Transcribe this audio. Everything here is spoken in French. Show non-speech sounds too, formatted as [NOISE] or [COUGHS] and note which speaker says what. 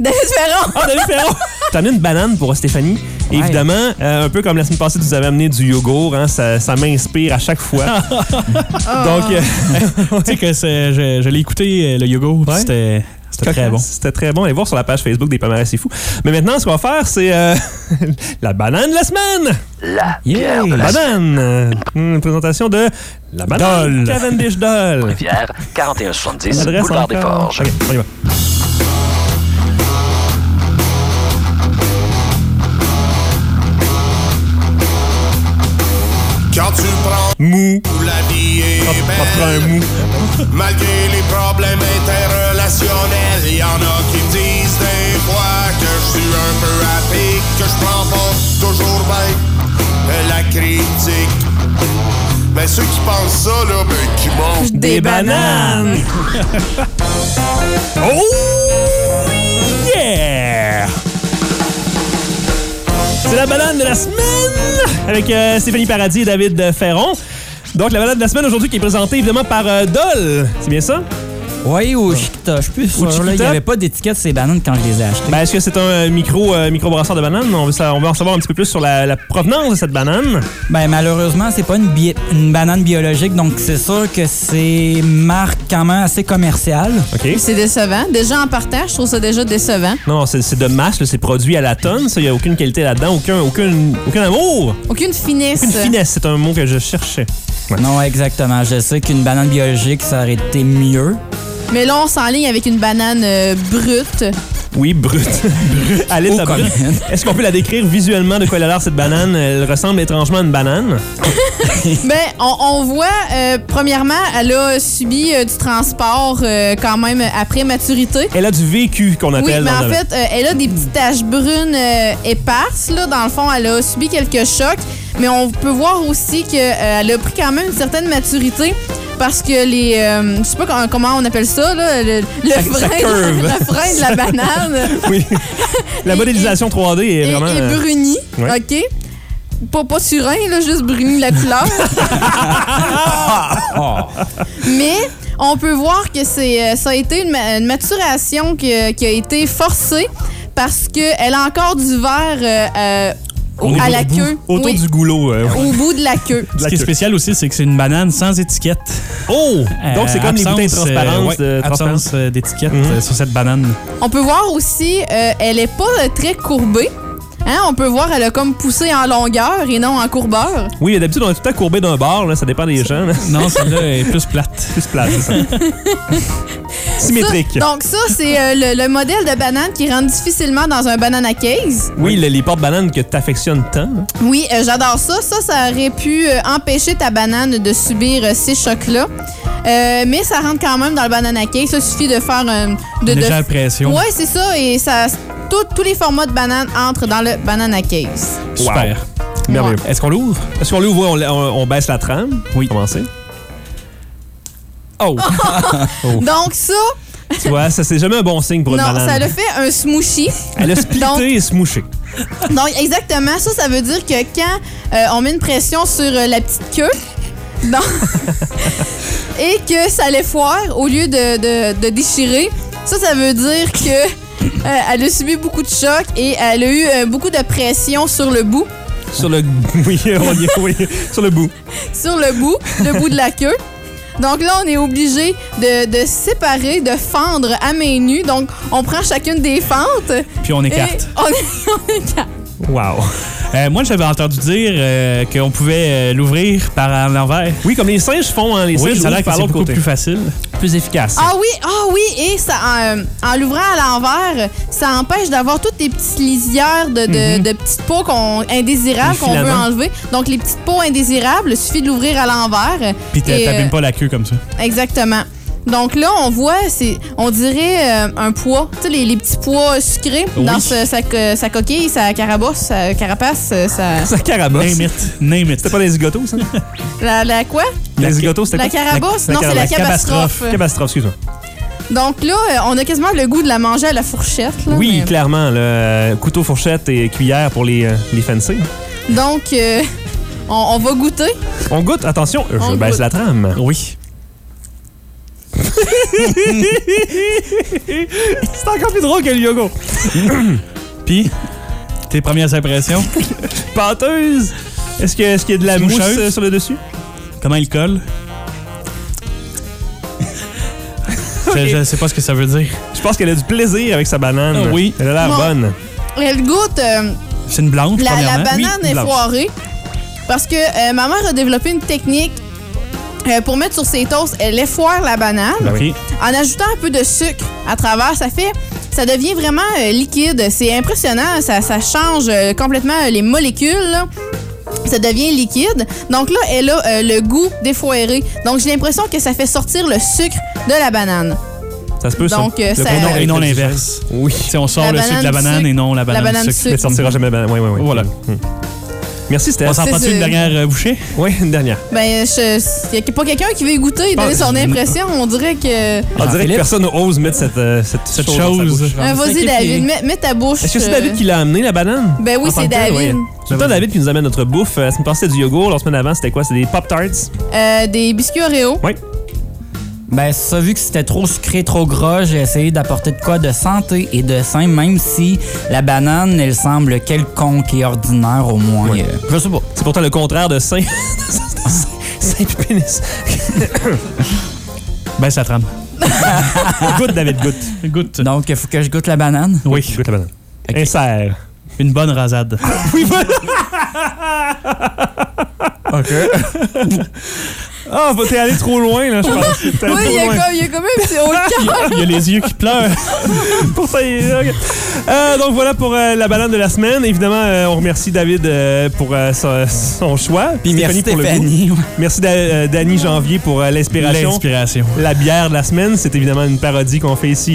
Speaker 1: David Ferron.
Speaker 2: Ah, David Perron! [LAUGHS] T'as amené une banane pour Stéphanie. Et
Speaker 3: Ouais.
Speaker 2: Évidemment, euh, un peu comme la semaine passée, tu nous avais amené du yogourt. hein, ça ça m'inspire à chaque
Speaker 3: [LAUGHS]
Speaker 2: fois. Donc, euh,
Speaker 3: Ah.
Speaker 2: [LAUGHS]
Speaker 3: Tu sais que c'est- je, je l'ai écouté, euh, le yogourt,
Speaker 2: Ouais.
Speaker 3: c'était c'était très bon.
Speaker 2: C'était très bon. Allez voir sur la page Facebook des Palmarès C'est Fou. Mais maintenant, ce qu'on va faire, c'est euh, [LAUGHS] la banane de la semaine.
Speaker 4: La
Speaker 3: Yeah!
Speaker 4: bière de la
Speaker 2: banane. Euh, Une présentation de la banane Cavendish Doll.
Speaker 4: Rivière, 4170,
Speaker 2: L'adresse
Speaker 4: boulevard des
Speaker 2: encore.
Speaker 4: Forges.
Speaker 2: Ok, on y va.
Speaker 5: Quand tu prends
Speaker 2: Mou.
Speaker 5: la vie est
Speaker 2: On prend un
Speaker 5: belle.
Speaker 2: mou.
Speaker 5: Malgré les problèmes interrelationnels, y en a qui me disent des fois que je suis un peu à pic, que je prends pas toujours bien la critique. Mais ceux qui pensent ça, là, ben, qui mangent
Speaker 2: [LAUGHS]
Speaker 1: Des, bananes.
Speaker 2: Oh yeah! C'est la banane de la semaine avec euh, Stéphanie Paradis et David Ferron. Donc la banane de la semaine aujourd'hui qui est présentée évidemment par euh, Doll. C'est bien ça?
Speaker 3: Oui, ou Chiquita. Je suis plus
Speaker 2: Ou
Speaker 3: sûr. là. Il n'y
Speaker 2: Chiquita.
Speaker 3: avait pas d'étiquette sur ces bananes quand je les ai achetées.
Speaker 2: Ben, est-ce que c'est un euh, micro euh, microbrasseur de banane? On veut, sa- on veut en savoir un petit peu plus sur la, la provenance de cette banane.
Speaker 3: Ben, malheureusement, c'est pas une, bi- une banane biologique, donc c'est sûr que c'est marque quand même assez commerciale.
Speaker 2: OK.
Speaker 1: C'est décevant. Déjà en partage, je trouve ça déjà décevant.
Speaker 2: Non, c'est c'est de masse, là, c'est produit à la tonne, ça, il n'y a aucune qualité là-dedans, aucun, aucun, aucun amour,
Speaker 1: Aucune finesse.
Speaker 2: aucune finesse, c'est un mot que je cherchais. Ouais.
Speaker 3: Non, exactement. Je sais qu'une banane biologique, ça aurait été mieux.
Speaker 1: Mais là, on s'enligne avec une banane euh,
Speaker 2: [LAUGHS]
Speaker 1: brute.
Speaker 2: Oui,
Speaker 6: [LAUGHS]
Speaker 2: brute. Allez,
Speaker 3: Oh,
Speaker 2: ta brute.
Speaker 3: comment.
Speaker 2: Est-ce qu'on peut la décrire visuellement de quoi elle a l'air cette banane? Elle ressemble étrangement à une banane.
Speaker 1: Ben, on, on voit, euh, premièrement, elle a subi euh, du transport euh, quand même après maturité.
Speaker 2: Elle a du vécu qu'on
Speaker 1: Oui,
Speaker 2: appelle
Speaker 1: mais
Speaker 2: dans
Speaker 1: en
Speaker 2: le-
Speaker 1: fait, euh, elle a des petites taches brunes euh, éparses. Là. Dans le fond, elle a subi quelques chocs. Mais on peut voir aussi qu'elle a pris quand même une certaine maturité parce que les. euh, je sais pas com- comment on appelle ça, là, le, le
Speaker 2: Ça- ça
Speaker 1: frein, [LAUGHS]
Speaker 2: curve.
Speaker 1: le frein
Speaker 2: [LAUGHS]
Speaker 1: de la banane [LAUGHS]
Speaker 2: Oui. [LAUGHS] la modélisation 3D est
Speaker 1: est,
Speaker 2: vraiment.
Speaker 1: est
Speaker 2: euh,
Speaker 1: brunie.
Speaker 2: ouais.
Speaker 1: OK? Pas, pas surin, là, juste brunie
Speaker 2: [LAUGHS]
Speaker 1: la couleur.
Speaker 6: Ah,
Speaker 3: Ah.
Speaker 1: Mais on peut voir que c'est, euh, ça a été une, ma- une maturation qui, a- qui a été forcée parce qu'elle a encore du verre euh, euh,
Speaker 2: on est
Speaker 1: à
Speaker 2: au
Speaker 1: la
Speaker 2: bout-
Speaker 1: queue.
Speaker 2: Autour
Speaker 1: Oui,
Speaker 2: du goulot. euh,
Speaker 1: au bout de la queue.
Speaker 2: de
Speaker 6: Ce
Speaker 2: la
Speaker 6: qui est
Speaker 2: queue.
Speaker 6: spécial aussi, c'est que c'est une banane sans étiquette.
Speaker 2: Oh! Donc, c'est
Speaker 6: Euh,
Speaker 2: comme
Speaker 6: absence,
Speaker 2: les bouteilles de transparence.
Speaker 6: euh, ouais,
Speaker 2: de transparence.
Speaker 6: absence euh, d'étiquette
Speaker 2: Mhm.
Speaker 6: euh, sur cette banane.
Speaker 1: On peut voir aussi, euh, elle est pas euh, très courbée. Hein, on peut voir, elle a comme poussé en longueur et non en courbeur.
Speaker 2: Oui, d'habitude, on est tout le temps courbé d'un bord, là, ça dépend des
Speaker 1: [LAUGHS]
Speaker 2: gens. là.
Speaker 6: Non, celle-là est
Speaker 3: [LAUGHS]
Speaker 6: plus plate.
Speaker 2: Plus plat, c'est ça. Symétrique.
Speaker 1: Ça, donc ça, c'est euh, le, le modèle de banane qui rentre difficilement dans un banana case.
Speaker 2: Oui, le- les portes-bananes que t'affectionnes tant. hein.
Speaker 1: Oui, euh, j'adore ça. Ça, ça aurait pu euh, empêcher ta banane de subir euh, ces chocs-là. Euh, mais ça rentre quand même dans le banana cake. Ça suffit de faire un. De,
Speaker 6: Une
Speaker 1: de-
Speaker 6: légère pression.
Speaker 1: Ouais, c'est ça. Et ça, tout- tous les formats de banane entrent dans le banana case.
Speaker 6: Super.
Speaker 2: Merveilleux.
Speaker 6: Est-ce qu'on l'ouvre?
Speaker 2: Est-ce qu'on l'ouvre? On, on- on baisse la trame.
Speaker 6: Oui.
Speaker 2: Commencer.
Speaker 6: Oh!
Speaker 1: Donc ça,
Speaker 2: Tu vois, ça, c'est jamais un bon signe pour
Speaker 1: non,
Speaker 2: une banane.
Speaker 1: ça le fait un smoothie.
Speaker 2: Elle a splitté
Speaker 1: Donc-
Speaker 2: et smouché.
Speaker 1: Donc exactement, ça, ça veut dire que quand euh, on met une pression sur euh, la petite queue, [LAUGHS] donc- et que ça les foire au lieu de, de- de déchirer, ça, ça veut dire que euh, elle a subi beaucoup de chocs et elle a eu euh, beaucoup de pression sur le bout,
Speaker 6: [LAUGHS]
Speaker 2: Sur le... Oui, on y est, oui. Sur le bout.
Speaker 1: sur le bout, le bout de la queue. Donc là, on est obligé de, de séparer, de fendre à main nue. Donc, on prend chacune des fentes
Speaker 6: Puis on
Speaker 1: et
Speaker 6: écarte.
Speaker 1: on, on [LAUGHS] écarte.
Speaker 2: Wow.
Speaker 6: Euh, moi, j'avais entendu dire euh, qu'on pouvait euh, l'ouvrir par à l'envers.
Speaker 2: Oui, comme les singes font, hein, les singes
Speaker 6: Oui, ça a
Speaker 2: ouvrent
Speaker 6: l'air que
Speaker 2: par
Speaker 6: c'est
Speaker 2: l'autre
Speaker 6: beaucoup
Speaker 2: côté.
Speaker 6: plus facile.
Speaker 2: plus efficace.
Speaker 1: Ah oui, ah oui, et ça, euh, en l'ouvrant à l'envers, ça empêche d'avoir toutes les petites lisières de, de-
Speaker 6: Mhm.
Speaker 1: de petites peaux qu'on, indésirables
Speaker 2: Les
Speaker 1: qu'on veut
Speaker 2: filaments.
Speaker 1: enlever. Donc, les petites peaux indésirables, suffit de l'ouvrir à l'envers.
Speaker 6: Puis t'a-
Speaker 1: Et,
Speaker 6: t'abîmes
Speaker 1: euh,
Speaker 6: pas la queue comme ça.
Speaker 1: Exactement. Donc là, on voit, c'est, on dirait euh, un poids. Tu sais, les, les petits pois sucrés
Speaker 6: Oui.
Speaker 1: dans ce- sa, co- sa coquille, sa carabosse, sa carapace, euh,
Speaker 2: [LAUGHS]
Speaker 1: sa...
Speaker 2: Ça carabosse.
Speaker 6: Name it. Name it.
Speaker 2: C'était pas les zigotos, ça?
Speaker 1: La, la quoi?
Speaker 2: les zigotos, c'était
Speaker 1: La
Speaker 2: quoi?
Speaker 1: carabosse? non, c'est la catastrophe.
Speaker 2: Catastrophe, excuse-moi.
Speaker 1: Donc là, euh, on a quasiment le goût de la manger à la fourchette. là,
Speaker 2: Oui,
Speaker 1: mais-
Speaker 2: clairement. Le euh, couteau, fourchette et cuillère pour les, euh, les fancy.
Speaker 1: Donc, euh, [LAUGHS] on, on va goûter.
Speaker 2: On goûte, attention, je
Speaker 1: [LAUGHS] On
Speaker 2: baisse
Speaker 1: goûte.
Speaker 2: la trame.
Speaker 6: Oui.
Speaker 2: C'est encore plus drôle que le yoga.
Speaker 6: Puis, tes premières
Speaker 1: [LAUGHS]
Speaker 6: impressions,
Speaker 2: Pâteuse. Est-ce que- est-ce qu'il y a de la mousse
Speaker 6: Moucheuse.
Speaker 2: euh, sur le dessus?
Speaker 6: comment il
Speaker 1: [LAUGHS]
Speaker 6: colle? Je, je sais pas ce que ça veut dire.
Speaker 2: Je pense qu'elle a du plaisir avec sa banane.
Speaker 6: Ah oui.
Speaker 2: Elle a l'air
Speaker 1: Bon.
Speaker 2: bonne.
Speaker 1: Elle goûte euh,
Speaker 6: C'est une blanche,
Speaker 1: la, la
Speaker 6: premièrement.
Speaker 1: banane
Speaker 6: Oui,
Speaker 1: est
Speaker 6: blanche.
Speaker 1: foirée parce que euh, ma mère a développé une technique euh, pour mettre sur ses toasts. Elle effoire la banane
Speaker 2: Ben oui.
Speaker 6: Ok.
Speaker 1: en ajoutant un peu de sucre à travers. Ça fait, ça devient vraiment euh, liquide. C'est impressionnant. Ça, ça change euh, complètement euh, les molécules. là. Ça devient liquide. Donc là, elle a euh, le goût défoiré. Donc j'ai l'impression que ça fait sortir le sucre de la banane.
Speaker 2: Ça se peut, ça.
Speaker 1: Donc, euh,
Speaker 2: Le
Speaker 1: ça-
Speaker 6: Et non,
Speaker 2: bon nom
Speaker 6: et
Speaker 2: est
Speaker 6: non
Speaker 2: intelligent.
Speaker 6: l'inverse.
Speaker 2: Oui.
Speaker 6: Si on sort
Speaker 1: La
Speaker 6: le sucre de la
Speaker 1: banane du
Speaker 6: banane
Speaker 1: sucre.
Speaker 6: et non la
Speaker 1: La
Speaker 6: banane,
Speaker 1: banane
Speaker 6: du
Speaker 1: du
Speaker 6: sucre.
Speaker 2: Elle ne sortira jamais la banane. Oui, oui, oui.
Speaker 6: Voilà.
Speaker 2: Hum. Merci, Steph.
Speaker 6: On s'en
Speaker 1: C'est
Speaker 6: prend-tu
Speaker 1: ce-
Speaker 6: une dernière euh, bouchée?
Speaker 2: Oui, une dernière.
Speaker 1: Ben, il n'y a pas quelqu'un qui veut y goûter et donner son impression. On dirait que.
Speaker 2: On dirait que
Speaker 3: Jean-Philippe.
Speaker 2: personne n'ose mettre cette, euh, cette,
Speaker 6: Cette
Speaker 2: chose. dans sa
Speaker 6: chose.
Speaker 2: bouche.
Speaker 1: Ah, Vas-y,
Speaker 3: Sacrifié.
Speaker 1: David, mets, mets ta bouche.
Speaker 2: Est-ce que c'est
Speaker 1: euh,
Speaker 2: David qui l'a amené, la banane?
Speaker 1: Ben oui,
Speaker 2: En tant
Speaker 1: c'est
Speaker 2: que tel,
Speaker 1: David.
Speaker 2: ouais. C'est tout le temps David qui nous amène notre bouffe. Euh, La semaine passée, c'était du yogourt. La semaine avant, c'était quoi? C'était des Pop-Tarts.
Speaker 1: Euh, des biscuits Oreo.
Speaker 2: Oui.
Speaker 3: Ben, c'est ça, vu que c'était trop sucré, trop gras, j'ai essayé d'apporter de quoi de santé et de sain, même si la banane, elle semble quelconque et ordinaire au moins. Euh, Je sais pas.
Speaker 2: C'est pourtant le contraire de sain. sain puis
Speaker 6: [COUGHS]
Speaker 2: pénis.
Speaker 6: Ben, ça
Speaker 2: [LAUGHS]
Speaker 6: trame.
Speaker 2: Goûte, David, goûte.
Speaker 6: Goûte.
Speaker 3: Donc, il faut que je goûte la banane.
Speaker 2: Oui. Goûte la banane. Insère.
Speaker 6: Une bonne rasade.
Speaker 2: [LAUGHS] Oui, voilà.
Speaker 3: OK.
Speaker 2: [LAUGHS] Ah, bah, t'es allé trop loin, là, je pense. T'es allé
Speaker 1: Oui,
Speaker 2: trop
Speaker 1: il y a
Speaker 2: loin.
Speaker 1: comme- il y a quand même. C'est au cœur.
Speaker 6: Il y a les yeux qui pleurent.
Speaker 2: Pour ça, il est là. Euh, donc voilà pour euh, la banane de la semaine. Évidemment, euh, on remercie David euh, pour euh, son, son choix.
Speaker 3: Puis merci
Speaker 2: pour le goût.
Speaker 3: Stéphanie. ouais.
Speaker 2: Merci Da- euh, Dani Janvier pour euh, l'inspiration.
Speaker 6: L'inspiration.
Speaker 2: La bière de la semaine, c'est évidemment une parodie qu'on fait ici